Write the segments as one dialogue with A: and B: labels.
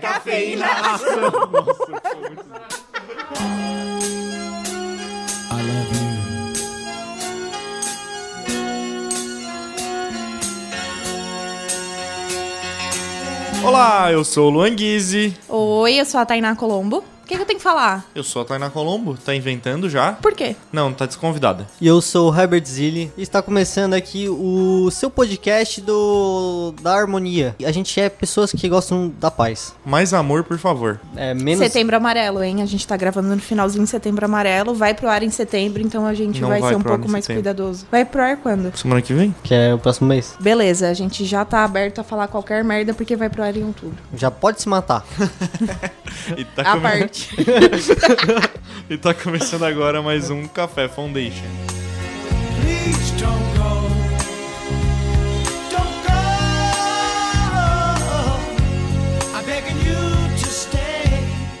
A: cafeína.
B: I love you.
C: Olá, eu sou o Luan Guizzi.
A: Oi, eu sou a Tainá Colombo. O que, que eu tenho que falar?
C: Eu sou a Tainá Colombo. Tá inventando já?
A: Por quê?
C: Não, tá desconvidada.
D: E eu sou o Herbert Zilli e está começando aqui o seu podcast do da harmonia. A gente é pessoas que gostam da paz.
C: Mais amor, por favor.
D: É menos
A: Setembro amarelo, hein? A gente tá gravando no finalzinho de setembro amarelo. Vai pro ar em setembro, então a gente
C: Não
A: vai,
C: vai
A: ser um
C: pro ar
A: pouco
C: em
A: mais
C: setembro.
A: cuidadoso. Vai pro ar quando?
C: Semana que vem?
D: que é o próximo mês.
A: Beleza, a gente já tá aberto a falar qualquer merda porque vai pro ar em outubro.
D: Já pode se matar.
C: E tá,
A: A
C: come-
A: parte.
C: e tá começando agora mais um Café Foundation.
B: Please don't go. Don't go. I'm begging you to stay.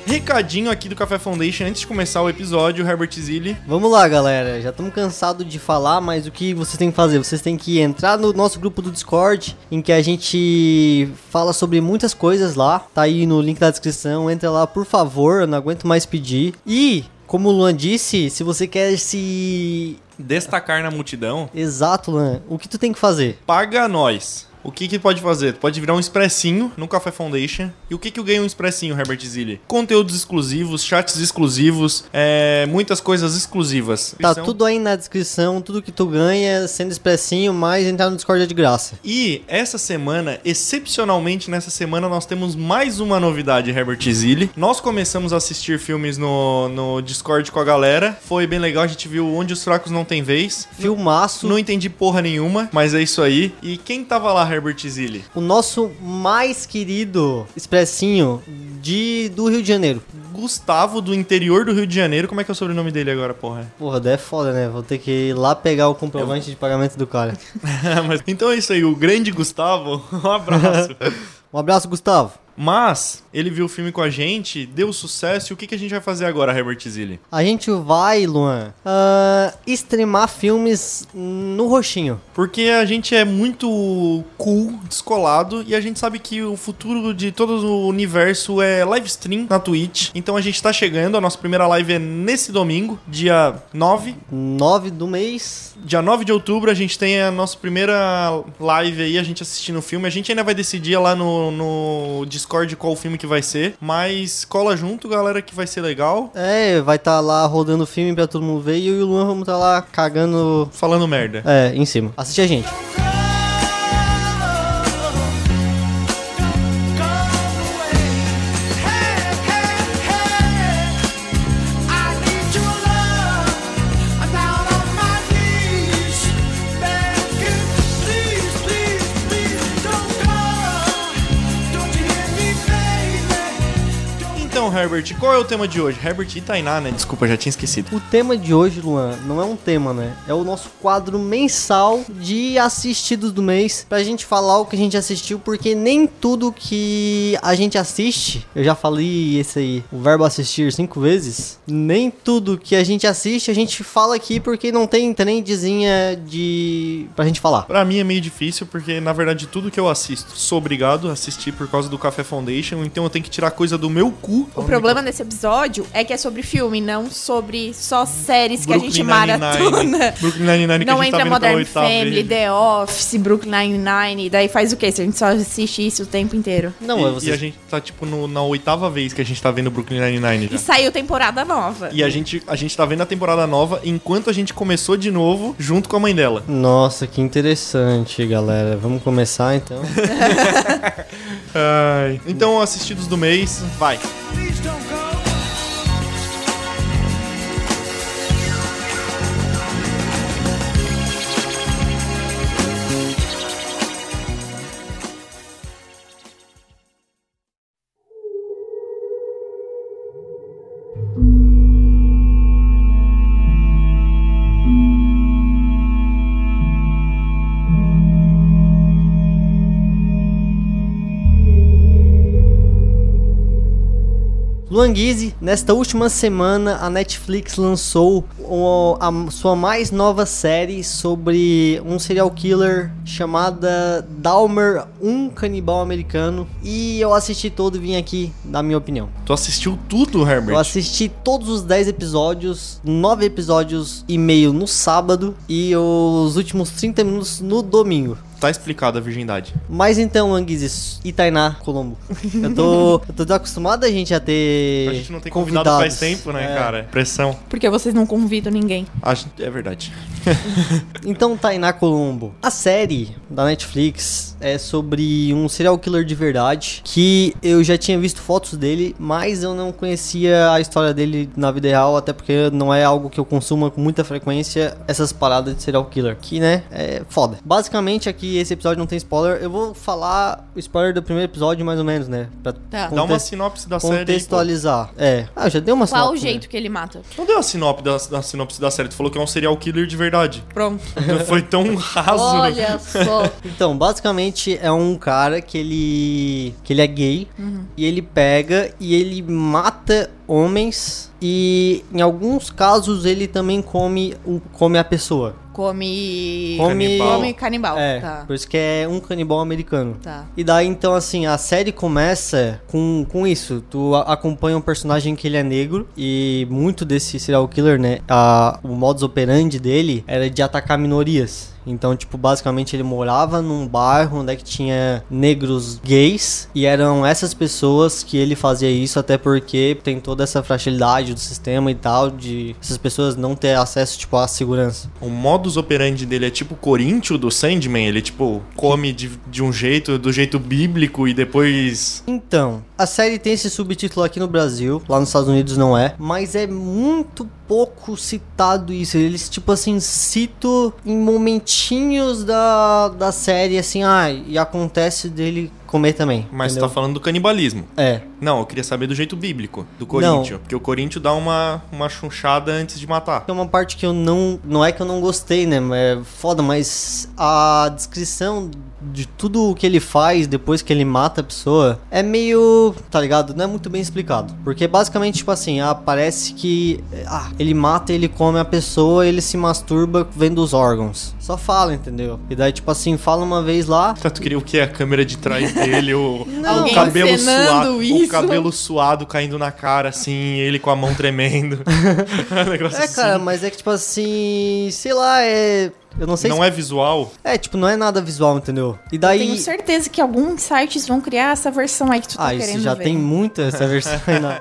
C: Recadinho aqui do Café Foundation. Antes de começar o episódio, Herbert Zilli.
D: Vamos lá, galera. Já estamos cansados de falar, mas o que vocês têm que fazer? Vocês têm que entrar no nosso grupo do Discord, em que a gente fala sobre muitas coisas lá. Tá aí no link da descrição. Entra lá, por favor. Eu não aguento mais pedir. E, como o Luan disse, se você quer se.
C: Destacar na multidão,
D: Exato, Luan. O que tu tem que fazer?
C: paga nós. O que que pode fazer? Tu Pode virar um expressinho no Café Foundation. E o que que eu ganho um expressinho, Herbert Zilli? Conteúdos exclusivos, chats exclusivos, é, muitas coisas exclusivas. é um
D: Tá
C: São-
D: tudo aí na descrição, tudo que tu ganha, sendo expressinho, mas entrar no Discord é de graça.
C: E essa semana, excepcionalmente nessa semana, nós temos mais uma novidade, Herbert Zilli. Nós começamos a assistir filmes no, no Discord com a galera. Foi bem legal, a gente viu Onde os Fracos Não Tem Vez.
D: Filmaço,
C: Não entendi porra nenhuma, mas é isso aí. E quem tava lá, Herbert Zilli?
D: o nosso mais querido expressinho de, do Rio de Janeiro.
C: Gustavo, do interior do Rio de Janeiro. Como é que é o sobrenome dele agora, porra?
D: Porra, daí é foda, né? Vou ter que ir lá pegar o comprovante de pagamento do cara.
C: Mas- então é isso aí, o grande Gustavo. Um abraço.
D: Um abraço, Gustavo.
C: mas ele viu o filme com a gente, deu sucesso. E o que, que a gente vai fazer agora, Herbert Zilli?
D: A gente vai, Luan, ah, streamar filmes no roxinho.
C: Porque a gente é muito cool, descolado, e a gente sabe que o futuro de todo o universo é live stream na Twitch. Então a gente tá chegando, a nossa primeira live é nesse domingo, dia 9.
D: 9 do mês.
C: Dia 9 de outubro a gente tem a nossa primeira live aí, a gente assistindo o filme. A gente ainda vai decidir lá no, no Discord qual o filme que vai ser, mas cola junto, galera, que vai ser legal.
D: É, vai estar lá rodando o filme pra todo mundo ver e eu e o Luan vamos estar lá cagando
C: Falando merda.
D: É, em cima. Assiste a gente.
C: Então, Herbert, qual é o tema de hoje? Herbert e Tainá, né? Desculpa, já tinha esquecido.
D: O tema de hoje, Luan, não é um tema, né? É o nosso quadro mensal de assistidos do mês pra gente falar o que a gente assistiu, porque nem tudo que a gente assiste, eu já falei esse aí, o verbo assistir cinco vezes, nem tudo que a gente assiste a gente fala aqui porque não tem trendzinha de pra gente falar.
C: Pra mim é meio difícil, porque na verdade tudo que eu assisto, sou obrigado a assistir por causa do Café Foundation, então eu tenho que tirar coisa do meu cu.
A: O problema desse episódio é que é sobre filme, não sobre só séries que a gente maratona.
C: Brooklyn Nine-Nine que a
A: Não
C: gente tá
A: entra
C: vendo pela
A: Modern
C: oitava
A: Family,
C: vez.
A: The Office, Brooklyn Nine-Nine. Daí faz o quê? Se a gente só assiste isso o tempo inteiro.
D: Não,
C: e,
D: é
C: e a
D: você.
C: gente tá, tipo, no- na oitava vez que a gente tá vendo Brooklyn Nine-Nine
A: E
C: já.
A: saiu temporada nova.
C: E a gente, a gente tá vendo a temporada nova enquanto a gente começou de novo junto com a mãe dela.
D: Nossa, que interessante, galera. Vamos começar então.
C: Então, assistidos do mês, vai.
B: Please don't go.
D: Luan Guizzi, nesta última semana a Netflix lançou o- a sua mais nova série sobre um serial killer chamada Dahmer, um canibal americano. E eu assisti todo e vim aqui dar minha opinião.
C: Tu assistiu tudo, Herbert?
D: Eu assisti todos os 10 episódios, 9 episódios e meio no sábado e os últimos 30 minutos no domingo.
C: Tá explicado a virgindade.
D: Mas então, Anguizes e Tainá Colombo. Eu tô, eu tô desacostumado a gente a ter.
C: A gente não tem convidado faz
D: convidados.
C: tempo, né,
D: É.
C: cara? Pressão.
A: Porque vocês não convidam ninguém.
C: A gente- É verdade.
D: Então, Tainá Colombo, a série da Netflix é sobre um serial killer de verdade que eu já tinha visto fotos dele, mas eu não conhecia a história dele na vida real, até porque não é algo que eu consuma com muita frequência essas paradas de serial killer, que né, é foda. Basicamente, aqui esse episódio não tem spoiler, eu vou falar o spoiler do primeiro episódio, mais ou menos, né? Pra
A: Tá.
C: Dá uma
D: conte-
C: sinopse da série. aí,
D: contextualizar. É. Ah, eu já dei uma
A: Qual o
D: sinopse, né?
A: jeito que ele mata?
C: pô. Não deu a sinopse da, da sinopse da série. Tu falou que é um serial killer de verdade.
A: Pronto.
C: Foi tão raso. né?
A: Olha só.
D: Então, basicamente é um cara que ele que ele é gay
A: Uhum.
D: e ele pega e ele mata homens e em alguns casos ele também come o- come a pessoa.
A: Come.
D: Come-
C: Canibal.
A: Come canibal.
D: é,
A: Tá.
D: por isso que é um canibal americano.
A: Tá.
D: E daí, então, assim, a série começa com, com isso. Tu a- acompanha um personagem que ele é negro e muito desse serial killer, né? A, o modus operandi dele era de atacar minorias. Então, tipo, basicamente ele morava num bairro onde é que tinha negros gays e eram essas pessoas que ele fazia isso, até porque tem toda essa fragilidade do sistema e tal, de essas pessoas não ter acesso, tipo, à segurança.
C: O modus operandi dele é tipo o Coríntio do Sandman. Ele, tipo, come de, de um jeito, do jeito bíblico e depois.
D: Então, a série tem esse subtítulo aqui no Brasil, lá nos Estados Unidos não é, mas é muito pouco citado isso. Eles, tipo assim, citam em momentinhos da, da série, assim, ah, e acontece dele comer também.
C: Mas tu
D: entendeu?
C: tá falando do canibalismo.
D: É,
C: Não, eu queria saber do jeito bíblico do Coríntio. Porque o Coríntio dá uma, uma chunchada antes de matar.
D: tem uma parte que eu não. Não é que eu não gostei, né? É foda, mas a descrição de tudo o que ele faz depois que ele mata a pessoa é meio. tá ligado? Não é muito bem explicado. Porque basicamente, tipo assim, ah, parece que. Ah, ele mata, ele come a pessoa, ele se masturba vendo os órgãos. Só fala, entendeu? E daí, tipo assim, fala uma vez lá.
C: Tá, tu queria o que? A câmera de trás dele, o,
D: Não.
C: o
D: Alguém
C: cabelo
A: encenando
C: suado. O
A: isso.
C: cabelo suado caindo na cara, assim, ele com a mão tremendo. É um negócio
D: É, cara,
C: assim.
D: mas é que, tipo assim. Sei lá, é. Eu não sei
C: Não
D: se...
C: é visual.
D: é... tipo, não é nada visual, entendeu? E daí.
A: Tenho certeza que alguns sites vão criar essa versão aí que tu tá
D: Ah,
A: querendo
D: isso já
A: ver.
D: tem muita essa versão aí na...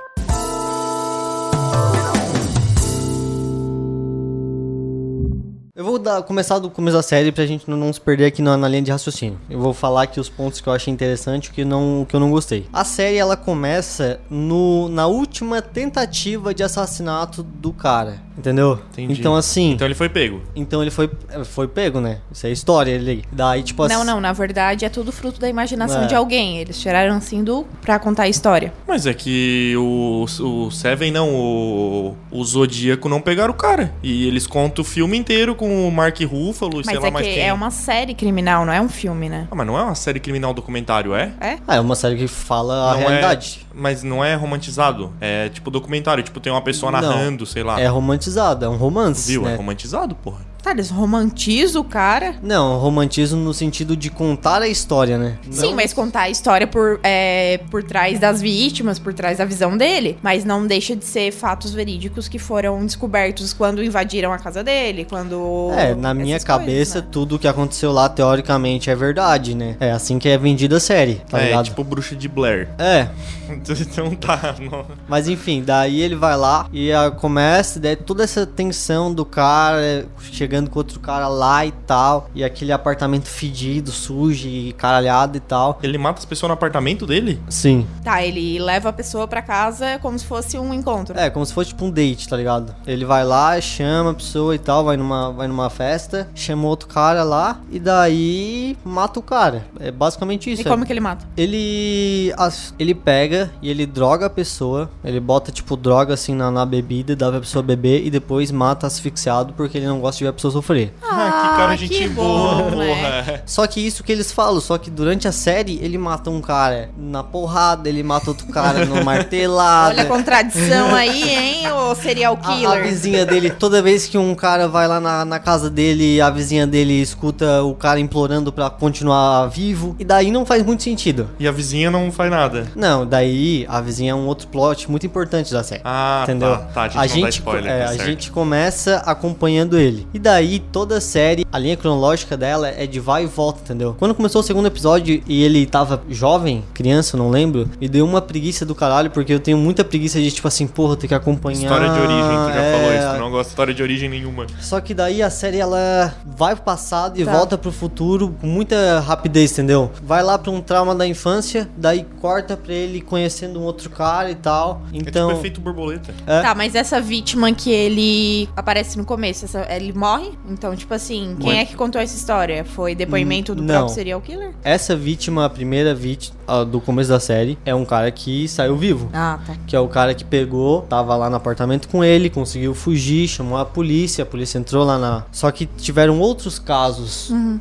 D: Eu vou dar- começar do começo da série pra gente não, não se perder aqui na, na linha de raciocínio. Eu vou falar aqui os pontos que eu achei interessante e o que não- o que eu não gostei. A série ela começa no, na última tentativa de assassinato do cara, entendeu?
C: Entendi.
D: Então assim, então,
C: Então ele foi pego.
D: ele foi, foi pego, né? Isso é história, ele daí tipo assim,
A: Não, não, na verdade é tudo fruto da imaginação
D: É.
A: de alguém. Eles tiraram assim do pra contar a história.
C: Mas é que o, o Seven, não, o, o Zodíaco não pegaram o cara. E eles contam o filme inteiro com o Mark Ruffalo, e sei
A: Mas
C: lá
A: é
C: mais
A: que
C: quem.
A: é uma série criminal, não é um filme, né?
C: Ah, mas não é uma série criminal documentário, é?
A: É?
D: Ah, é uma série que fala a
C: Não é-
D: realidade.
C: Mas não é romantizado. É tipo documentário, tipo tem uma pessoa
D: Não.
C: narrando, sei lá.
D: É romantizado, é um romance.
C: Viu? É
D: né?
C: romantizado, porra.
A: Tá, eles romantizam o cara.
D: Não, romantismo no sentido de contar a história, né?
A: Sim, mas contar a história por, é, por trás das vítimas, por trás da visão dele. Mas não deixa de ser fatos verídicos que foram descobertos quando invadiram a casa dele, quando.
D: É, na minha
A: essas
D: cabeça,
A: coisas, né?
D: tudo que aconteceu lá, teoricamente, é verdade, né? É assim que é vendida a série, tá
C: é,
D: ligado?
C: tipo bruxa de Blair.
D: É,
C: então tá. não.
D: mas enfim, daí ele vai lá e ah, começa, daí toda essa tensão do cara eh, chegando com outro cara lá e tal, e aquele apartamento fedido, sujo e caralhado e tal.
C: Ele mata as pessoas no apartamento dele?
D: Sim.
A: Tá, ele leva a pessoa pra casa como se fosse um encontro.
D: É, como se fosse tipo um date, tá ligado? Ele vai lá, chama a pessoa e tal, vai numa, vai numa festa, chama outro cara lá e daí mata o cara. É basicamente isso.
A: e
D: é.
A: como que ele mata?
D: Ele. as- ele pega e ele droga a pessoa. Ele bota, tipo, droga assim na, na bebida, dá pra pessoa beber e depois mata asfixiado porque ele não gosta de ver a pessoa sofrer.
C: Ah, que cara, gente
A: que
C: boa,
A: bom, né?
C: porra.
D: Só que isso que eles falam, só que durante a série ele mata um cara na porrada, ele mata outro cara numa martelada.
A: Olha a contradição aí, hein, ô serial
D: A, a
A: killer.
D: vizinha dele, toda vez que um cara vai lá na, na casa dele, a vizinha dele escuta o cara implorando pra continuar vivo. E daí não faz muito sentido.
C: E a vizinha não faz nada.
D: Não, daí a vizinha é um outro plot muito importante da série.
C: Ah,
D: Entendeu?
C: tá. Tá, a gente não dá spoiler,
D: é,
C: tá
D: a
C: certo.
D: gente começa acompanhando ele. E daí toda a série, a linha cronológica dela é de vai e volta, entendeu? Quando começou o segundo episódio e ele tava jovem, criança, não lembro, me deu uma preguiça do caralho, porque eu tenho muita preguiça de tipo assim, porra, ter que acompanhar.
C: História de origem, tu já
D: é,
C: falou isso, né? tu não gosta de história de origem nenhuma. É tipo
D: só que daí a série ela vai pro passado e
A: Tá.
D: volta pro futuro com muita rapidez, entendeu? Vai lá pra um trauma da infância, daí corta pra ele conhecendo um outro cara e tal. Então,
C: É tipo efeito borboleta.
A: Tá, mas essa vítima que ele aparece no começo, essa- ele morre? Então, tipo assim, quem
D: Morre.
A: é que contou essa história? Foi depoimento do
D: Não.
A: próprio serial killer?
D: essa vítima, a primeira vítima ah, do começo da série, é um cara que saiu vivo.
A: Ah, tá.
D: Que é o cara que pegou, tava lá no apartamento com ele, conseguiu fugir, chamou a polícia, a polícia entrou lá na. Só que tiveram outros casos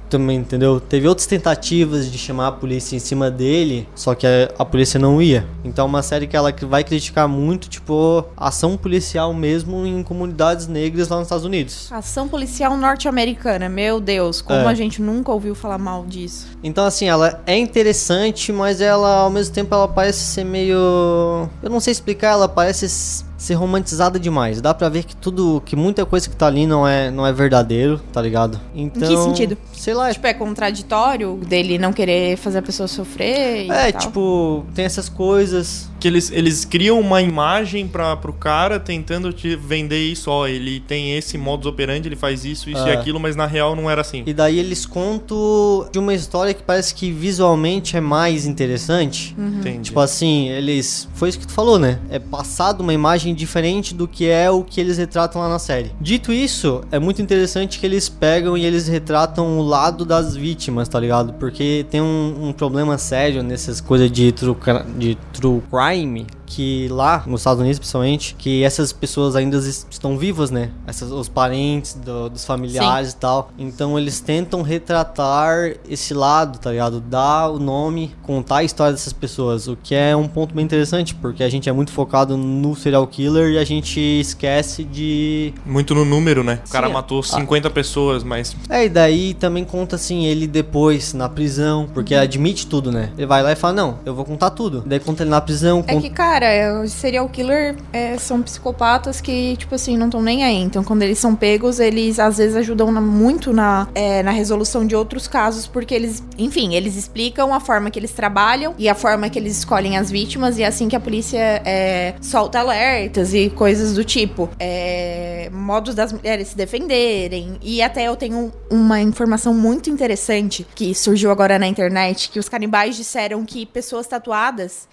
D: também, entendeu? Teve outras tentativas de chamar a polícia em cima dele, só que a, a polícia não ia. Então é uma série que ela que vai criticar muito, tipo, ação policial mesmo em comunidades negras lá nos Estados Unidos.
A: Ação policial norte-americana, meu Deus, como
D: É.
A: a gente nunca ouviu falar mal disso.
D: Então, assim, ela é interessante, mas ela, ao mesmo tempo, ela parece ser meio. Eu não sei explicar, ela parece s- ser romantizada demais. Dá pra ver que tudo. que muita coisa que tá ali não é, não é verdadeiro, tá ligado? Então.
A: sentido?
D: Sei lá, tipo.
A: Tipo, é contraditório dele não querer fazer a pessoa sofrer e
D: É,
A: tal.
D: tipo, tem essas coisas.
C: Que eles, eles criam uma imagem pra, pro cara tentando te vender isso, ó. Ele tem esse modus operandi, ele faz isso, isso e
D: É.
C: aquilo, mas na real não era assim.
D: E daí eles contam de uma história que parece que visualmente é mais interessante.
C: Entendi.
D: Tipo assim, eles. Foi isso que tu falou, né? É passado uma imagem diferente do que é o que eles retratam lá na série. Dito isso, é muito interessante que eles pegam e eles retratam o lado das vítimas, tá ligado? Porque tem um, um problema sério nessas coisas de true, cra- de true crime. Que lá, nos Estados Unidos principalmente, que essas pessoas ainda es- estão vivas, né? Essas, os parentes do- dos familiares e tal. Então eles tentam retratar esse lado, tá ligado? Dar o nome, contar a história dessas pessoas. O que é um ponto bem interessante, porque a gente é muito focado no serial killer e a gente esquece de.
C: Muito no número, né? O cara
D: Sim, é.
C: matou 50 pessoas, mas
D: É, e daí também conta assim, ele depois na prisão, porque
A: Uhum.
D: admite tudo, né? Ele vai lá e fala: Não, eu vou contar tudo. Daí conta ele na prisão,
A: É
D: conta.
A: que, cara, é, os serial killer é, são psicopatas que, tipo assim, não estão nem aí. Então, quando eles são pegos, eles às vezes ajudam na- muito na, é, na resolução de outros casos, porque eles, enfim, eles explicam a forma que eles trabalham e a forma que eles escolhem as vítimas, e é assim que a polícia é, solta alertas e coisas do tipo. É, modos das mulheres se defenderem. E até eu tenho uma informação muito interessante que surgiu agora na internet, que os canibais disseram que pessoas tatuadas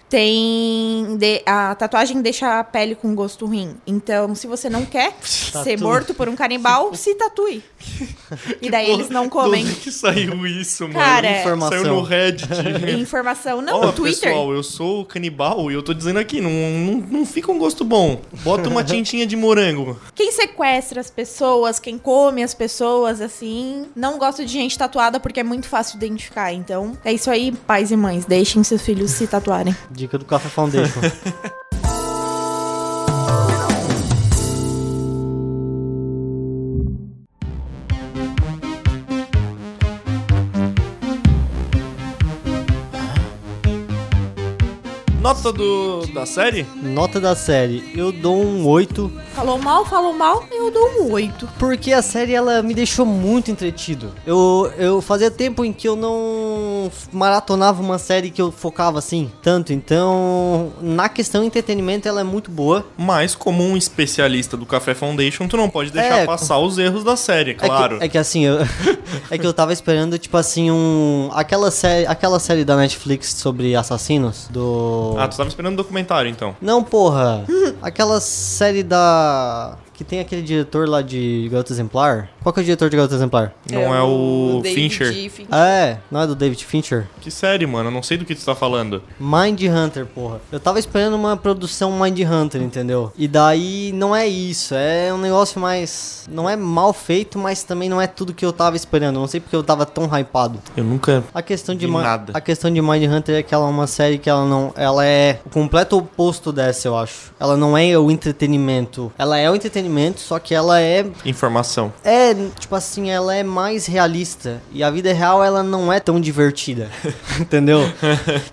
A: têm... de- a tatuagem deixa a pele com gosto ruim. Então, se você não quer ser
D: Tatua.
A: morto por um canibal, se tatue. E daí É, eles não comem.
C: Onde que saiu isso, mano?
A: Cara,
D: é.
A: é.
D: Informação.
C: saiu no Reddit.
A: Informação não,
C: Ó,
A: no Twitter.
C: pessoal, eu sou canibal e eu tô dizendo aqui, não, não, não fica um gosto bom. Bota uma tintinha de morango.
A: Quem sequestra as pessoas, quem come as pessoas, assim, não gosta de gente tatuada porque é muito fácil identificar. Então, é isso aí, pais e mães, deixem seus filhos se tatuarem.
D: Dica do Café Foundation.
C: Nota do, da série?
D: Nota da série: Eu dou um 8
A: Falou mal, falou mal, eu dou um oito.
D: Porque a série ela me deixou muito entretido. Eu, eu fazia tempo em que eu não maratonava uma série que eu focava assim tanto. Então, na questão entretenimento, ela é muito boa.
C: Mas, como um especialista do Café Foundation, tu não pode deixar
D: É.
C: passar os erros da série,
D: É que-
C: claro.
D: É que, assim, eu, é que eu tava esperando, tipo assim, um. Aquela série, aquela série da Netflix sobre assassinos do.
C: Ah, tu tava esperando o documentário, então.
D: Não, porra. Aquela série da. que tem aquele diretor lá de Garota Exemplar. Qual que é o diretor de Garota Exemplar?
C: Não é, o Fincher.
D: Ah, é, não é do David Fincher?
C: Que série, mano? Eu não sei do que tu tá falando.
D: Mind Hunter, porra. Eu tava esperando uma produção Mind Hunter, entendeu? E daí não é isso, é um negócio mais não é mal feito, mas também não é tudo que eu tava esperando. Não sei porque eu tava tão hypado.
C: Eu nunca.
D: A questão de
C: Vi
D: Ma-
C: nada.
D: a questão de Mind Hunter é que ela é uma série que ela não, ela é o completo oposto dessa, eu acho. Ela não é o entretenimento. Ela é o entretenimento, só que ela é
C: Informação.
D: é, tipo assim, ela é mais realista. E a vida real, ela não é tão divertida. entendeu?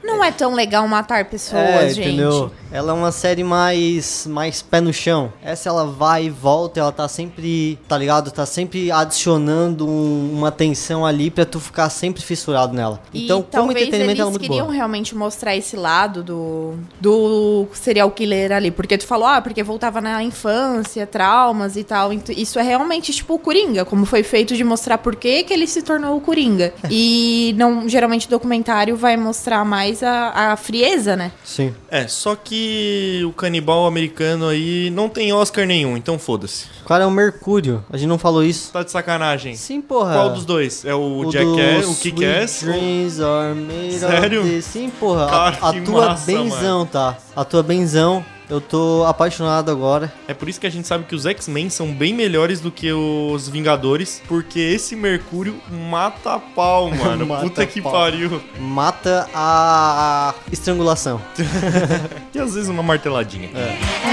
A: Não é tão legal matar pessoas,
D: é,
A: gente.
D: entendeu? Ela é uma série mais, mais pé no chão. Essa ela vai e volta, ela tá sempre, tá ligado? Tá sempre adicionando um- uma tensão ali pra tu ficar sempre fissurado nela.
A: E
D: então, como
A: talvez
D: entretenimento, ela é
A: eles
D: muito
A: queriam
D: boa.
A: realmente mostrar esse lado do, do serial killer ali. Porque tu falou, ah, porque voltava na infância, traumas e tal. Ent- Isso é realmente tipo o Coringa, como foi feito de mostrar por que, que ele se tornou o Coringa. e não, geralmente o documentário vai mostrar mais a, a frieza, né?
D: Sim.
C: É, só que o canibal americano aí não tem Oscar nenhum, então foda-se.
D: O cara é o Mercúrio. A gente não falou isso.
C: Tá de sacanagem.
D: Sim, porra.
C: Qual dos dois? É o, Jackass, o Kick-Ass? ou-
D: Dreams are made
C: Sério?
D: Of this. Sim, porra.
C: Cara,
D: a,
C: que
D: tua
C: massa,
D: benzão, tá? A tua benzão. Eu tô apaixonado agora.
C: É por isso que a gente sabe que os X-Men são bem melhores do que os Vingadores, porque esse Mercúrio mata a pau, mano.
D: Mata
C: Puta que
D: pau.
C: pariu.
D: Mata a a estrangulação.
C: E às vezes uma marteladinha.
D: É.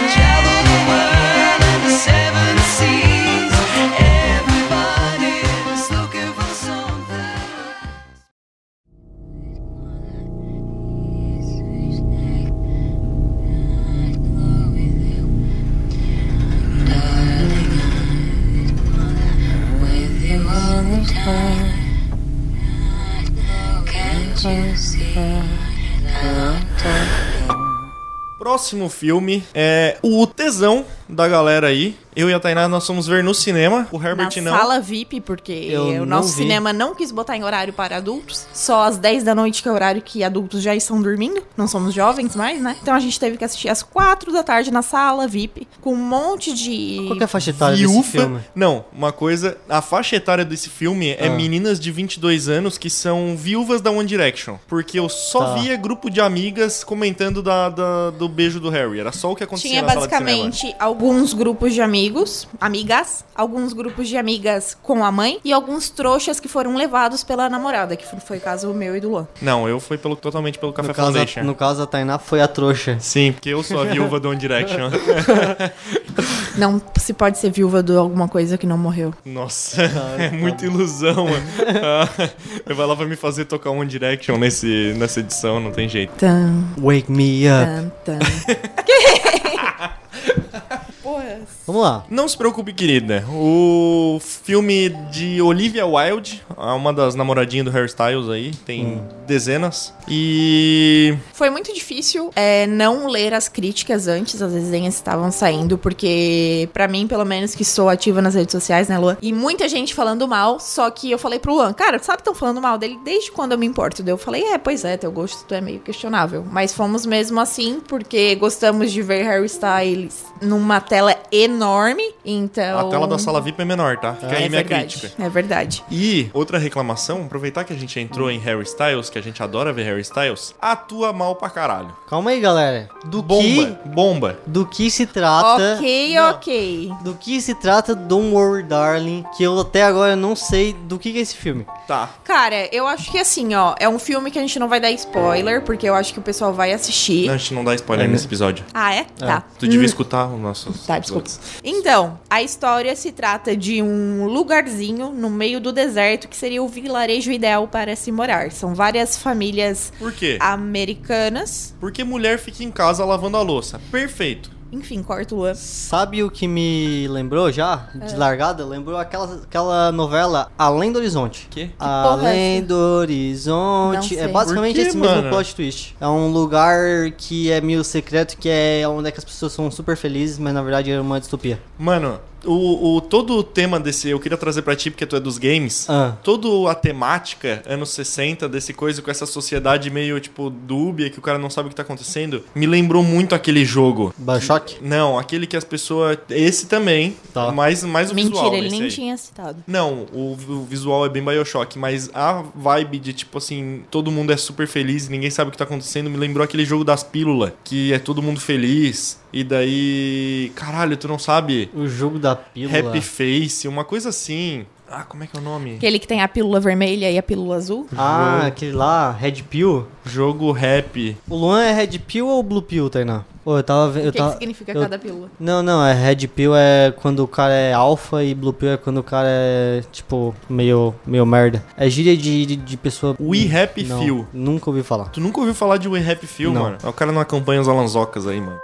C: Próximo filme é o tesão da galera aí. Eu e a Tainá, nós fomos ver no cinema. O Herbert
A: na
C: não.
A: sala VIP, porque
D: Eu não
A: o nosso
D: vi.
A: cinema não quis botar em horário para adultos. Só às 10 da noite, que é o horário que adultos já estão dormindo. Não somos jovens mais, né? Então a gente teve que assistir às 4 da tarde na sala VIP, com um monte de.
D: Qual que é a faixa etária desse filme?
C: Viúva. Não, uma coisa. A faixa etária desse filme é
D: Ah.
C: meninas de 22 anos que são viúvas da One Direction. Porque eu só
D: Tá.
C: via grupo de amigas comentando da, da- do beijo do Harry. Era só o que acontecia
A: Tinha
C: na sala de cinema.
A: basicamente alguns grupos de amigos, amigas, alguns grupos de amigas com a mãe e alguns trouxas que foram levados pela namorada, que foi o caso meu e do Luan.
C: Não, eu fui pelo, totalmente pelo Café
D: No caso,
C: Foundation.
D: a, no caso, a Tainá foi a trouxa.
C: Sim, porque eu sou a viúva do One Direction.
A: Não se pode ser viúva de alguma coisa que não morreu.
C: Nossa,
D: tá
C: é muita ilusão. mano. Ah, vai lá pra me fazer tocar One Direction nesse, nessa edição, não tem jeito.
A: Tan,
D: Wake me up.
A: tan, tan. Porra,
D: Vamos lá.
C: Não se preocupe, querida. O filme de Olivia Wilde, é uma das namoradinhas do Hairstyles aí, tem
D: Hum.
C: dezenas. E.
A: Foi muito difícil é, não ler as críticas antes, as resenhas estavam saindo, porque, pra mim, pelo menos, que sou ativa nas redes sociais, né, Luan? E muita gente falando mal, só que eu falei pro Luan, cara, sabe que estão falando mal dele desde quando eu me importo? Daí Eu falei, é, pois é, teu gosto tu é meio questionável. Mas fomos mesmo assim, porque gostamos de ver Harry Styles numa tela enorme, então...
C: A tela da sala VIP é menor, tá?
D: Ah,
C: Fica aí
A: é
C: minha
A: verdade,
C: crítica.
A: É verdade.
C: E outra reclamação, aproveitar que a gente entrou em Harry Styles, que a gente adora ver Harry Styles, atua mal pra caralho.
D: Calma aí, galera. Do
C: Bomba,
D: que
C: bomba.
D: do que se trata?
A: ok,
C: Não.
A: ok.
D: Do que se trata Don't Worry Darling, que eu até agora não sei do que que é esse filme.
C: Tá.
A: Cara, eu acho que assim, ó, é um filme que a gente não vai dar spoiler, porque eu acho que o pessoal vai assistir.
C: A gente não dá spoiler nesse episódio.
A: Ah, é? Tá.
C: Tu devia escutar os nossos.
A: Tá, desculpa. Então, a história se trata de um lugarzinho no meio do deserto que seria o vilarejo ideal para se morar. São várias famílias
C: Por quê?
A: Ah. americanas.
C: Porque mulher fica em casa lavando a louça. Perfeito.
A: Enfim, corta o Luan.
D: Sabe o que me lembrou já? De largada? Lembrou aquela, aquela novela Além do Horizonte.
C: Que? Que
A: porra é
D: Além
A: essa?
D: do
A: Não
D: Horizonte.
A: sei.
D: É basicamente
C: Por quê,
D: esse
C: mano?
D: mesmo plot twist. É um lugar que é meio secreto, que é onde é que as pessoas são super felizes, mas na verdade é uma distopia.
C: Mano, o, o- todo o tema desse. Eu queria trazer pra ti, porque tu é dos games.
D: Ah.
C: Toda a temática, anos 60, desse coisa com essa sociedade meio, tipo, dúbia, que o cara não sabe o que tá acontecendo, me lembrou muito aquele jogo.
D: Bioshock?
C: Não, aquele que as pessoas. Esse também.
D: Tá.
C: Mas mais o visual.
A: Mentira, ele
C: esse
A: nem
C: aí.
A: tinha citado.
C: Não, o, o visual é bem Bioshock, mas a vibe de tipo assim, todo mundo é super feliz, ninguém sabe o que tá acontecendo, me lembrou aquele jogo das pílulas, que é todo mundo feliz, e daí. Caralho, tu não sabe?
D: O jogo da pílula.
C: Happy Face, uma coisa assim. Ah, como é que é o nome?
A: Aquele que tem a pílula vermelha e a pílula azul.
D: Ah, aquele lá, Red Pill.
C: Jogo rap.
D: O Luan é Red Pill ou Blue Pill, Tainá? Pô, eu tava vendo.
A: o que, que significa cada pílula?
D: Não, não, é Red Pill é quando o cara é alfa e Blue Pill é quando o cara é, tipo, meio, meio merda. É gíria de, de, de pessoa.
C: We Happy
D: Não,
C: Few.
D: Nunca ouvi falar.
C: Tu nunca ouviu falar de We Happy Few,
D: Não.
C: mano? O cara não acompanha os alanzocas aí, mano.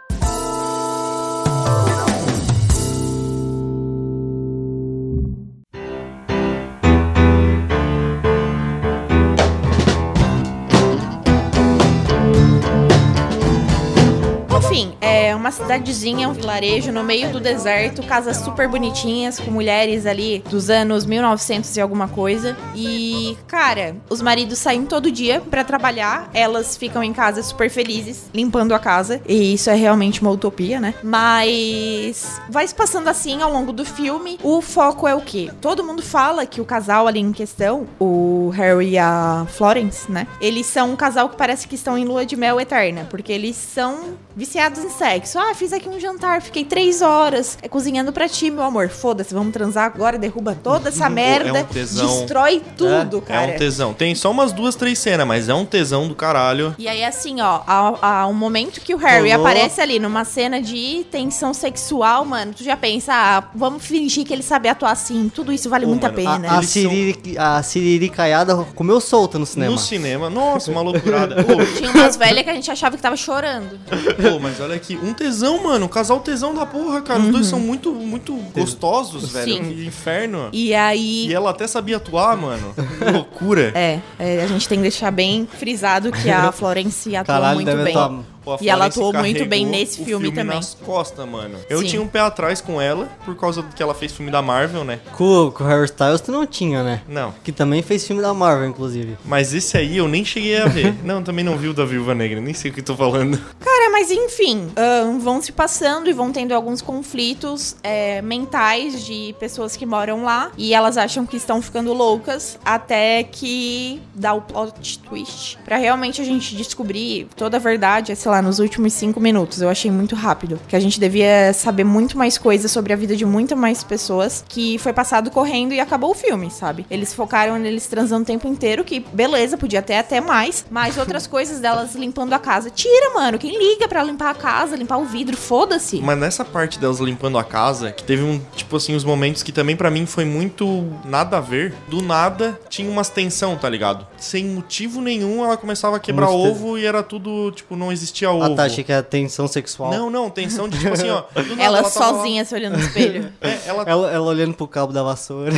A: Enfim, é uma cidadezinha, um vilarejo no meio do deserto, casas super bonitinhas, com mulheres ali dos anos 1900 e alguma coisa. E, cara, os maridos saem todo dia pra trabalhar, elas ficam em casa super felizes, limpando a casa, e isso é realmente uma utopia, né? Mas vai se passando assim ao longo do filme. O foco é o quê? Todo mundo fala que o casal ali em questão, o Harry e a Florence, né? Eles são um casal que parece que estão em lua de mel eterna, porque eles são viciados em sexo. Ah, fiz aqui um jantar, fiquei três horas é, cozinhando pra ti, meu amor. Foda-se, vamos transar agora, derruba toda essa
C: um
A: merda,
C: tesão.
A: destrói tudo, cara.
C: É um tesão. Tem só umas duas, três cenas, mas é um tesão do caralho.
A: E aí, assim, ó, ao, ao momento que o Harry
D: Rolou.
A: aparece ali numa cena de tensão sexual, mano, tu já pensa, ah, vamos fingir que ele sabe atuar assim, tudo isso vale
C: Pô,
A: muito
C: mano,
A: a pena.
D: A, a,
C: Eles são-
D: siriri, a siriricaiada comeu solta no cinema.
C: No cinema, nossa, uma loucurada. Ô,
A: Tinha umas velhas que a gente achava que tava chorando.
C: Pô, mas olha aqui, um tesão, mano. Um casal tesão da porra, cara. Os dois são muito, muito gostosos, velho.
A: Uhum. Sim.
C: Que inferno.
A: E aí.
C: E ela até sabia atuar, mano. Que loucura.
A: É, é, a gente tem que deixar bem frisado que a Florence atua
D: Caralho,
A: muito
D: deve
A: bem.
D: tá-
C: Pô, a
A: E ela
C: Florence
A: atuou muito bem
C: carregou
A: nesse
C: o
A: filme também.
C: nas costas, mano. Eu
A: Sim.
C: tinha um pé atrás com ela, por causa do que ela fez filme da Marvel, né?
D: Com, com o Harry Styles tu não tinha, né?
C: Não.
D: Que também fez filme da Marvel, inclusive.
C: Mas esse aí eu nem cheguei a ver. não, também não vi o da Viúva Negra. Nem sei o que tô falando.
A: Cara, mas enfim, ahn, vão se passando e vão tendo alguns conflitos é, mentais de pessoas que moram lá e elas acham que estão ficando loucas até que dá o plot twist. Pra realmente a gente descobrir toda a verdade, é, sei lá, nos últimos cinco minutos. Eu achei muito rápido. Que a gente devia saber muito mais coisas sobre a vida de muito mais pessoas que foi passado correndo e acabou o filme, sabe? Eles focaram neles transando o tempo inteiro, que beleza, podia ter até mais, mas outras coisas delas limpando a casa. Tira, mano, quem liga pra limpar a casa, limpar o vidro, foda-se.
C: Mas nessa parte delas limpando a casa, que teve um, tipo assim, uns momentos que também pra mim foi muito nada a ver. Do nada, tinha umas tensão, tá ligado? Sem motivo nenhum, ela começava a quebrar
D: Muito
C: ovo e era tudo, tipo, não existia ovo.
D: Ah tá, achei que era tensão sexual.
C: Não, não, tensão de tipo assim, ó. do nada
A: Ela,
C: tava lá-
A: sozinha se olhando no espelho.
C: É, ela
D: Ela, ela olhando pro cabo da vassoura.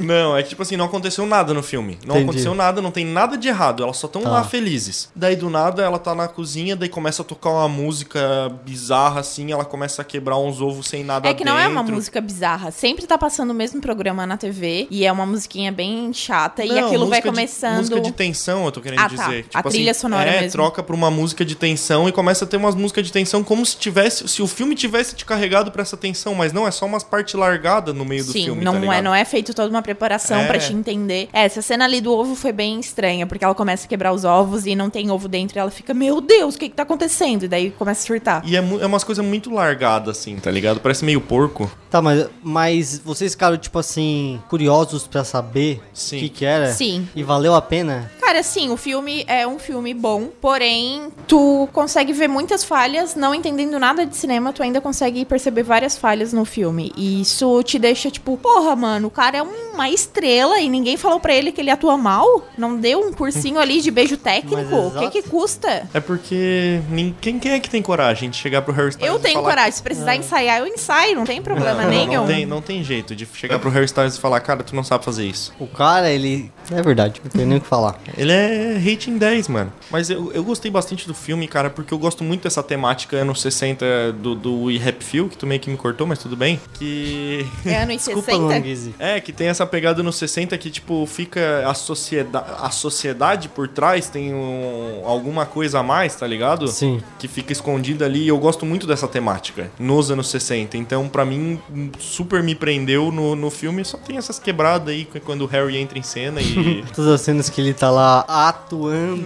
C: Não, é que tipo assim, não aconteceu nada no filme. Não
D: Entendi.
C: aconteceu nada, não tem nada de errado. Elas só estão
D: Tá.
C: lá felizes. Daí do nada ela tá na cozinha, daí começa a tocar uma música bizarra assim, ela começa a quebrar uns ovos sem nada
A: É que não é uma
C: dentro.
A: música bizarra. Sempre tá passando o mesmo programa na TV e é uma musiquinha bem chata e
C: Não,
A: aquilo vai
C: música de-
A: começando.
C: música de tensão, eu tô querendo
A: Ah, tá.
C: dizer.
A: A trilha sonora
C: é,
A: mesmo.
C: troca pra uma música de tensão e começa a ter umas músicas de tensão como se tivesse. Se o filme tivesse te carregado pra essa tensão, mas não, é só umas partes largadas no meio do
A: Sim,
C: filme.
A: não
C: tá
A: é,
C: ligado?
A: não é feito toda uma preparação
C: É.
A: pra te entender. É, Essa cena ali do ovo foi bem estranha, porque ela começa a quebrar os ovos e não tem ovo dentro, e ela fica, meu Deus, o que que tá acontecendo? E daí começa a surtar.
C: E é, mu- é umas coisas muito largadas, assim, tá ligado? Parece meio porco.
D: Tá, mas, mas vocês ficaram, tipo assim, curiosos pra saber
C: Sim.
D: o que que era?
A: Sim.
D: E valeu a pena?
A: Cara, sim, o filme é um filme bom, porém, tu consegue ver muitas falhas, não entendendo nada de cinema, tu ainda consegue perceber várias falhas no filme. E isso te deixa tipo, porra, mano, o cara é uma estrela e ninguém falou pra ele que ele atua mal? Não deu um cursinho ali de beijo técnico? O que
D: exato.
A: que custa?
C: É porque ninguém, quem é que tem coragem de chegar pro Harry Styles
A: Eu
C: e
A: tenho
C: falar...
A: coragem. Se precisar
D: É.
A: ensaiar, eu ensaio. Não tem problema
C: Não,
A: nenhum.
C: não, tem, não tem jeito de chegar pro Harry Styles e falar, cara, tu não sabe fazer isso.
D: O cara, ele É verdade, não tenho nem o que falar.
C: Ele é rating 10, mano. Mas eu, eu gostei bastante do filme, cara, porque eu gosto muito dessa temática anos 60 do, do We Happy Few, que tu meio que me cortou, mas tudo bem. Que.
A: É anos
D: Desculpa,
A: 60?
D: Longuizzi.
C: É, que tem essa pegada nos 60 que, tipo, fica a sociedade, a sociedade por trás, tem um- alguma coisa a mais, tá ligado?
D: Sim.
C: Que fica escondida ali. E eu gosto muito dessa temática nos anos 60. Então, pra mim, super me prendeu no, no filme. Só tem essas quebradas aí quando o Harry entra em cena e.
D: Todas as cenas que ele tá lá atuando.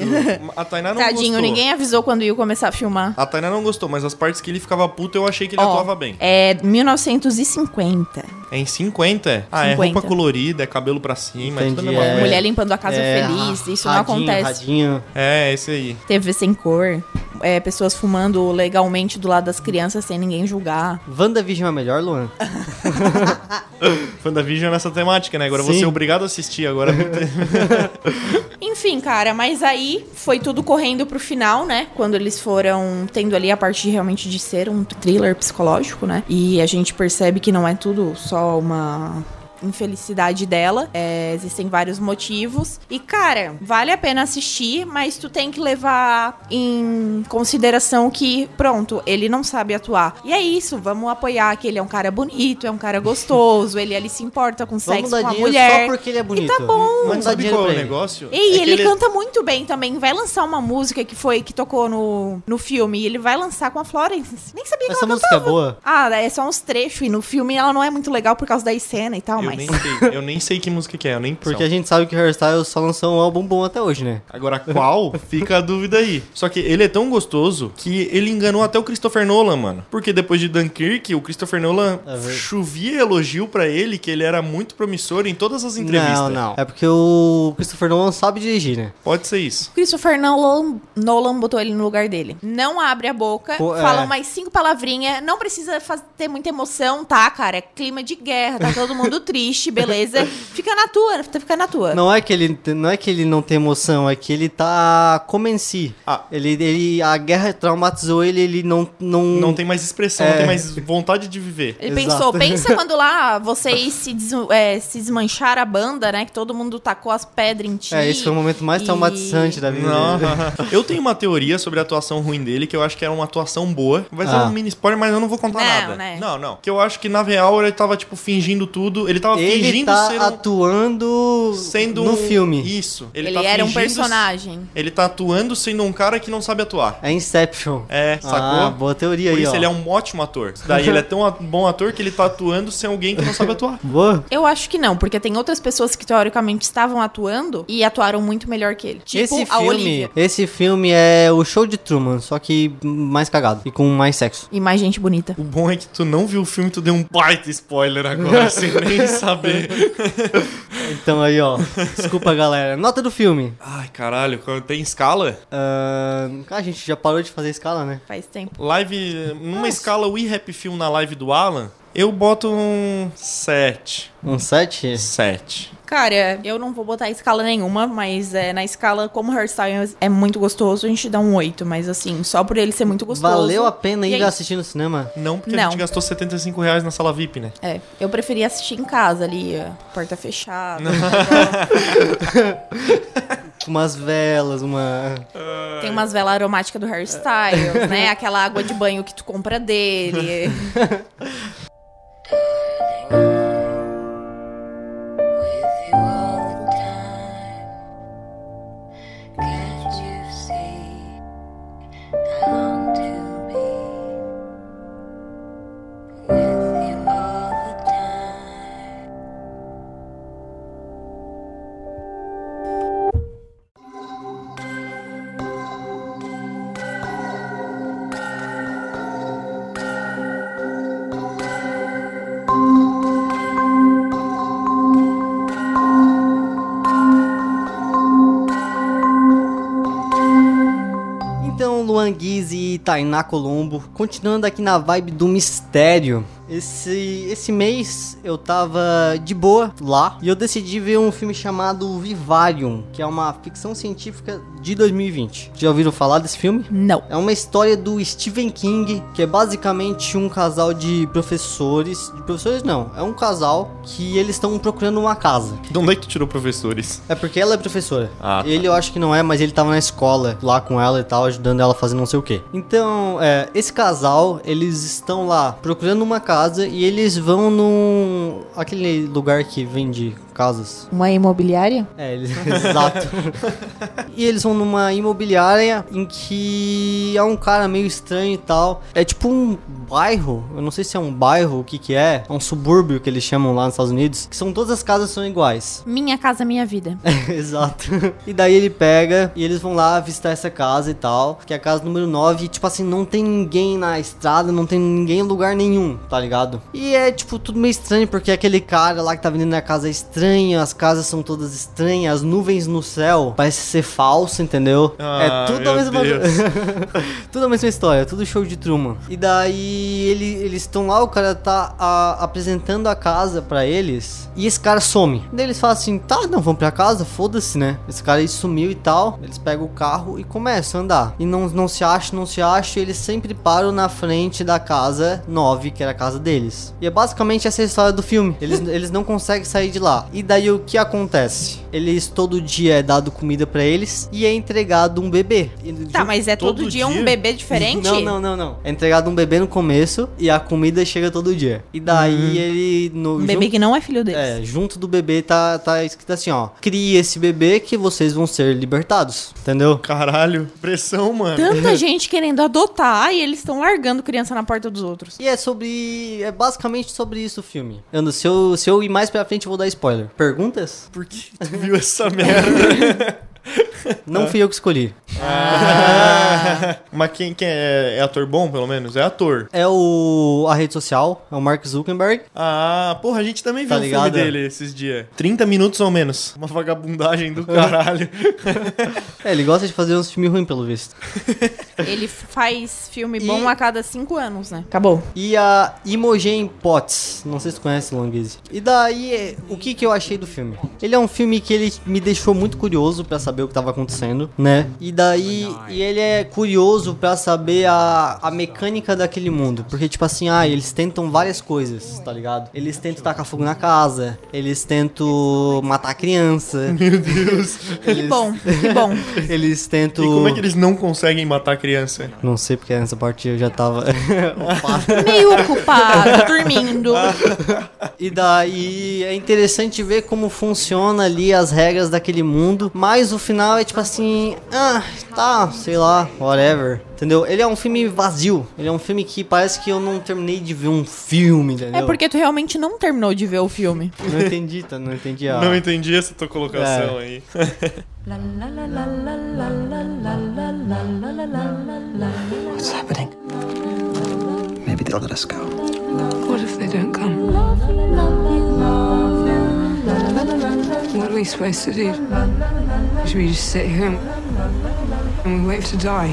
C: a Tainá não
A: Tadinho,
C: gostou.
A: ninguém avisou quando ia começar a filmar.
C: A Tainá não gostou, mas as partes que ele ficava puto eu achei que ele
A: Ó,
C: atuava
D: Assim.
C: bem.
A: É 1950.
C: É em 50? Ah, é
A: 50.
C: roupa colorida, é cabelo pra cima, é tudo a
D: Entendi,
C: mesma
D: é.
C: coisa.
A: Mulher limpando a casa
D: É,
A: feliz,
D: ra-
A: isso não
D: radinho,
A: acontece.
D: Radinho.
C: É, esse aí.
A: TV sem cor, é, pessoas fumando legalmente do lado das crianças sem ninguém julgar.
D: WandaVision é melhor, Luan?
C: WandaVision é nessa temática, né? Agora
D: Sim.
C: você é obrigado a assistir. Agora
A: Enfim, cara, mas aí foi tudo correndo pro final, né? Quando eles foram tendo ali a parte realmente de ser um thriller psicológico, né? E a gente percebe que não é tudo só uma infelicidade dela. É, existem vários motivos. E, cara, vale a pena assistir, mas tu tem que levar em consideração que, pronto, ele não sabe atuar. E é isso, vamos apoiar que ele é um cara bonito, é um cara gostoso, ele ali se importa com
D: Vamos
A: sexo,
D: dar
A: com a
D: dinheiro
A: mulher.
D: só porque ele é bonito.
A: tá bom.
D: Vamos
C: Mas
D: dar
C: sabe
D: dinheiro
C: qual é
D: pra
C: o
D: ele.
C: negócio?
A: E
C: É que
A: ele, canta muito bem também. Vai lançar uma música que foi que tocou no, no filme. E ele vai lançar com a Florence. Nem sabia que
D: Essa
A: ela
D: música é boa?
A: Ah, é só uns trechos. E no filme ela não é muito legal por causa da cena e tal,
C: Eu
A: mas.
C: nem sei, eu nem sei que música que é, eu nem
D: Porque a
C: são.
D: gente sabe que o Hairstyle só lançou um álbum bom até hoje, né?
C: Agora, qual? Fica a dúvida aí. Só que ele é tão gostoso que ele enganou até o Christopher Nolan, mano. Porque depois de Dunkirk, o Christopher Nolan
D: É verdade.
C: chovia elogio pra ele, que ele era muito promissor em todas as entrevistas.
D: Não, não. É porque o Christopher Nolan sabe dirigir, né?
C: Pode ser isso.
A: O Christopher Nolan, Nolan botou ele no lugar dele. Não abre a boca,
D: Pô, é.
A: fala mais cinco palavrinhas. Não precisa faz- ter muita emoção, tá, cara? É clima de guerra, tá todo mundo triste, beleza? Fica na tua, fica na tua.
D: Não é que ele te- não é que ele não tem emoção, é que ele tá como em si.
C: Ah.
D: Ele, ele a guerra traumatizou ele, ele não não
C: Não tem mais expressão,
D: É.
C: não tem mais vontade de viver.
A: Ele pensou,
D: Exato.
A: pensa quando lá vocês se, des, é, se desmancharam a banda, né? Que todo mundo tacou as pedras em ti.
D: É, esse foi o momento mais
A: e-
D: traumatizante da vida
C: Não.
D: dele.
C: eu tenho uma teoria sobre a atuação ruim dele, que eu acho que era uma atuação boa. Vai ser
D: Ah.
C: um mini spoiler, mas eu não vou contar
A: Não,
C: nada.
A: né?
C: Não, não. Que eu acho que na real ele tava, tipo, fingindo tudo. Ele tava
D: Ele
C: fingindo
D: tá
C: ser um-
D: atuando
C: sendo
D: no
C: um-
D: filme.
C: Isso.
A: Ele,
C: tá
A: era um
C: fingindo-
A: personagem.
C: Ele tá atuando sendo um cara que não sabe atuar.
D: É Inception.
C: É, sacou?
D: Ah, boa teoria
C: Por
D: aí,
C: isso
D: ó.
C: ele é um ótimo ator. Daí ele é tão a- bom ator que ele tá atuando sem alguém que não sabe atuar.
D: Boa.
A: Eu acho que não, porque tem outras pessoas que teoricamente estavam atuando e atuaram muito melhor que ele. Tipo
D: esse
A: a
D: filme,
A: Olivia.
D: esse filme é o show de Truman, só que mais cagado e com mais sexo.
A: E mais gente bonita.
C: O bom é que tu não viu o filme, tu deu um baita spoiler agora, sem nem saber.
D: Então aí, ó. Desculpa, galera. Nota do filme.
C: Ai, caralho, tem escala?
D: Ah, a gente já parou de fazer escala, né?
A: Faz tempo.
C: Live, numa escala We Happy Film na live do Alan, eu boto um 7.
D: Um 7?
C: 7.
A: Cara, eu não vou botar escala nenhuma, mas é, na escala, como hairstyle é muito gostoso, a gente dá um 8. Mas assim, só por ele ser muito gostoso.
D: Valeu a pena
A: E
D: ir
A: é isso.
D: assistir no cinema?
C: Não, porque a
A: Não.
C: gente gastou 75 reais na sala VIP, né?
A: É, eu preferia assistir em casa ali, é, porta fechada.
D: Com umas velas, uma.
A: Tem umas velas aromáticas do hairstyle, né? Aquela água de banho que tu compra dele.
E: with you all the time. Can't you see how to be with you all the time?
D: Então, Luan Guiz e Tainá Colombo, continuando aqui na vibe do mistério. Esse, esse mês eu tava de boa lá e eu decidi ver um filme chamado Vivarium, que é uma ficção científica de 2020. Já ouviram falar desse filme?
A: Não.
D: É uma história do Stephen King, que é basicamente um casal de professores. De professores não, é um casal que eles estão procurando uma casa.
C: De onde é que tu tirou professores?
D: É porque ela é professora.
C: Ah, tá.
D: Ele eu acho que não é, mas ele tava na escola lá com ela e tal, ajudando ela a fazer não sei o que. Então, é, esse casal, eles estão lá procurando uma casa e eles vão num. aquele lugar que vende casas.
A: Uma imobiliária?
D: É, eles, exato. e eles vão numa imobiliária em que é um cara meio estranho e tal. É tipo um bairro, eu não sei se é um bairro, o que que é, é um subúrbio que eles chamam lá nos Estados Unidos, que são todas as casas são iguais.
A: Minha casa, minha vida.
D: Exato. E daí ele pega e eles vão lá visitar essa casa e tal, que é a casa número 9, e tipo assim, não tem ninguém na estrada, não tem ninguém em lugar nenhum, tá ligado? E é tipo tudo meio estranho, porque aquele cara lá que tá vendendo a casa é estranho, as casas são todas estranhas, as nuvens no céu parece ser falso, entendeu?
C: Ah,
D: é tudo a
C: meu
D: mesma
C: Deus.
D: tudo a mesma história, tudo show de Truman. E daí ele- eles estão lá, o cara tá a- apresentando a casa pra eles e esse cara some. Daí eles falam assim: tá, não, vamos pra casa, foda-se, né? Esse cara aí sumiu e tal. Eles pegam o carro e começam a andar. E não, não se acha, não se acha, e eles sempre param na frente da casa 9, que era a casa deles. E é basicamente essa a história do filme. Eles, eles não conseguem sair de lá. E daí o que acontece? Eles todo dia é dado comida pra eles e é entregado um bebê. E
A: Tá, mas é todo,
C: Todo dia?
A: dia, um bebê diferente?
D: não, não, não, não. É entregado um bebê no começo e a comida chega todo dia. E daí ele. No,
A: Um bebê
D: junto,
A: que não é filho deles.
D: é, junto do bebê tá, tá escrito assim, ó. Crie esse bebê que vocês vão ser libertados. Entendeu?
C: Caralho, pressão, mano.
A: Tanta gente querendo adotar e eles estão largando criança na porta dos outros.
D: E é sobre. É basicamente sobre isso o filme. Eu, não- se, eu, se eu ir mais pra frente, eu vou dar spoiler. Perguntas?
C: Por que tu viu essa merda?
D: Não fui eu que escolhi.
C: Mas quem, quem é, é ator bom, pelo menos? É ator.
D: É o. A rede social, é o Mark Zuckerberg.
C: Ah, porra, a gente também viu
D: Tá
C: o filme
D: ligado?
C: dele esses dias. 30 minutos ou menos. Uma vagabundagem do caralho.
D: É, ele gosta de fazer uns filmes ruins, pelo visto.
A: Ele faz filme
D: E-
A: bom a cada cinco anos, né? Acabou.
D: e a Imogen Potts. Não sei se tu conhece Longuise. E daí, é, o que, que eu achei do filme? Ele é um filme que ele me deixou muito curioso pra saber o que tava acontecendo, né? E daí, e ele é curioso pra saber a, a mecânica daquele mundo. Porque, tipo assim, ah, eles tentam várias coisas, tá ligado? Eles tentam tacar fogo na casa, eles tentam matar a criança. Meu Deus!
A: Que bom, que bom.
D: Eles tentam.
C: E como é que eles não conseguem matar a criança?
D: Não sei porque nessa parte eu já tava. Opa.
A: Meio ocupado, dormindo.
D: E daí é interessante ver como funciona ali as regras daquele mundo, mas o final é tipo assim, ah, tá, sei lá, whatever. Entendeu? Ele é um filme vazio. Ele é um filme que parece que eu não terminei de ver um filme, entendeu?
A: É porque tu realmente não terminou de ver o filme.
D: não entendi, tá? Não entendi a
C: Não entendi essa tua colocação aí.
F: What's happening? Maybe they'll let us go.
G: What if they don't come? What are we supposed to do? Should we just sit here and, and we wait to die?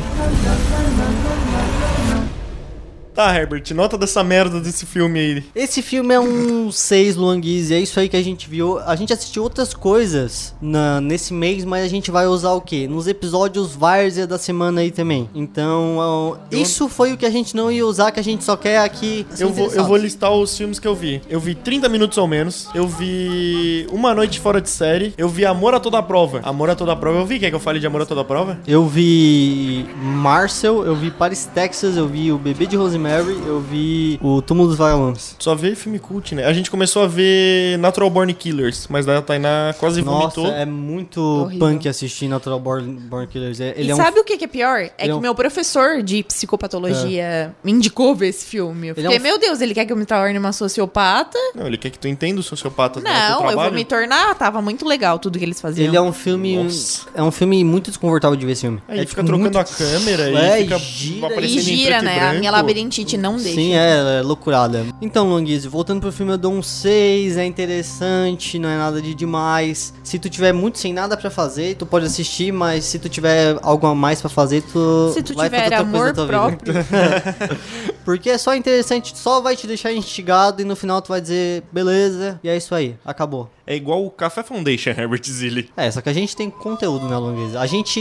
C: Tá, Herbert, nota dessa merda desse filme aí.
D: Esse filme é um 6 Luanguiz, é isso aí que a gente viu. A gente assistiu outras coisas na- nesse mês, mas a gente vai usar o quê? Nos episódios Várzea da semana aí também. Então, ó, isso foi o que a gente não ia usar, que a gente só quer aqui.
C: Eu vou, eu vou listar os filmes que eu vi. Eu vi 30 minutos ou menos. Eu vi Uma Noite Fora de Série. Eu vi Amor a Toda Prova. Amor a Toda Prova eu vi. Quer que eu fale de Amor a Toda Prova?
D: Eu vi Marcel, eu vi Paris, Texas, eu vi O Bebê de Rosemary, eu vi O Túmulo dos Vagalumes.
C: Só veio filme cult, né? A gente começou a ver Natural Born Killers, mas daí a Tainá quase
D: Nossa,
C: vomitou.
D: é muito
A: Horrível.
D: punk assistir Natural Born, Born Killers. É- Ele
A: e
D: é um
A: sabe o que, que é pior? É que
D: é um- É.
A: meu professor de psicopatologia me indicou ver esse filme. Eu
D: Ele é
A: fiquei,
D: um-
A: meu Deus, ele quer que eu me torne uma sociopata?
C: Não, ele quer que tu entenda o sociopata né, do teu
A: Não, eu vou
C: trabalho.
A: me tornar. Tava muito legal tudo que eles faziam.
D: Né, Ele é um filme.
C: Nossa.
D: É um filme muito desconfortável de ver esse filme.
C: Aí
D: é,
C: fica
D: tipo,
C: trocando
D: muito-
C: a câmera e
D: É,
C: fica
D: gira,
A: E
C: aparecendo em
A: gira,
C: preto e
A: né? A
C: branco.
A: minha Tite não deixa.
D: Sim, é, ela é loucurada. Então, Longuizzi, voltando pro filme, eu dou um 6, é interessante, não é nada de demais. Se tu tiver muito sem nada pra fazer, tu pode assistir, mas se tu tiver algo a mais pra fazer, tu
A: Se tu
D: vai
A: tiver
D: fazer outra coisa
A: amor
D: na tua vida.
A: próprio,
D: Porque é só interessante, só vai te deixar instigado e no final tu vai dizer, beleza, e é isso aí, acabou.
C: É igual o Café Foundation, Herbert Zilli.
D: É, só que a gente tem conteúdo, né, Longuizzi? A gente...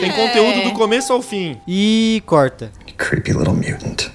C: Tem conteúdo do começo ao fim.
D: E corta.
F: You creepy little mutant.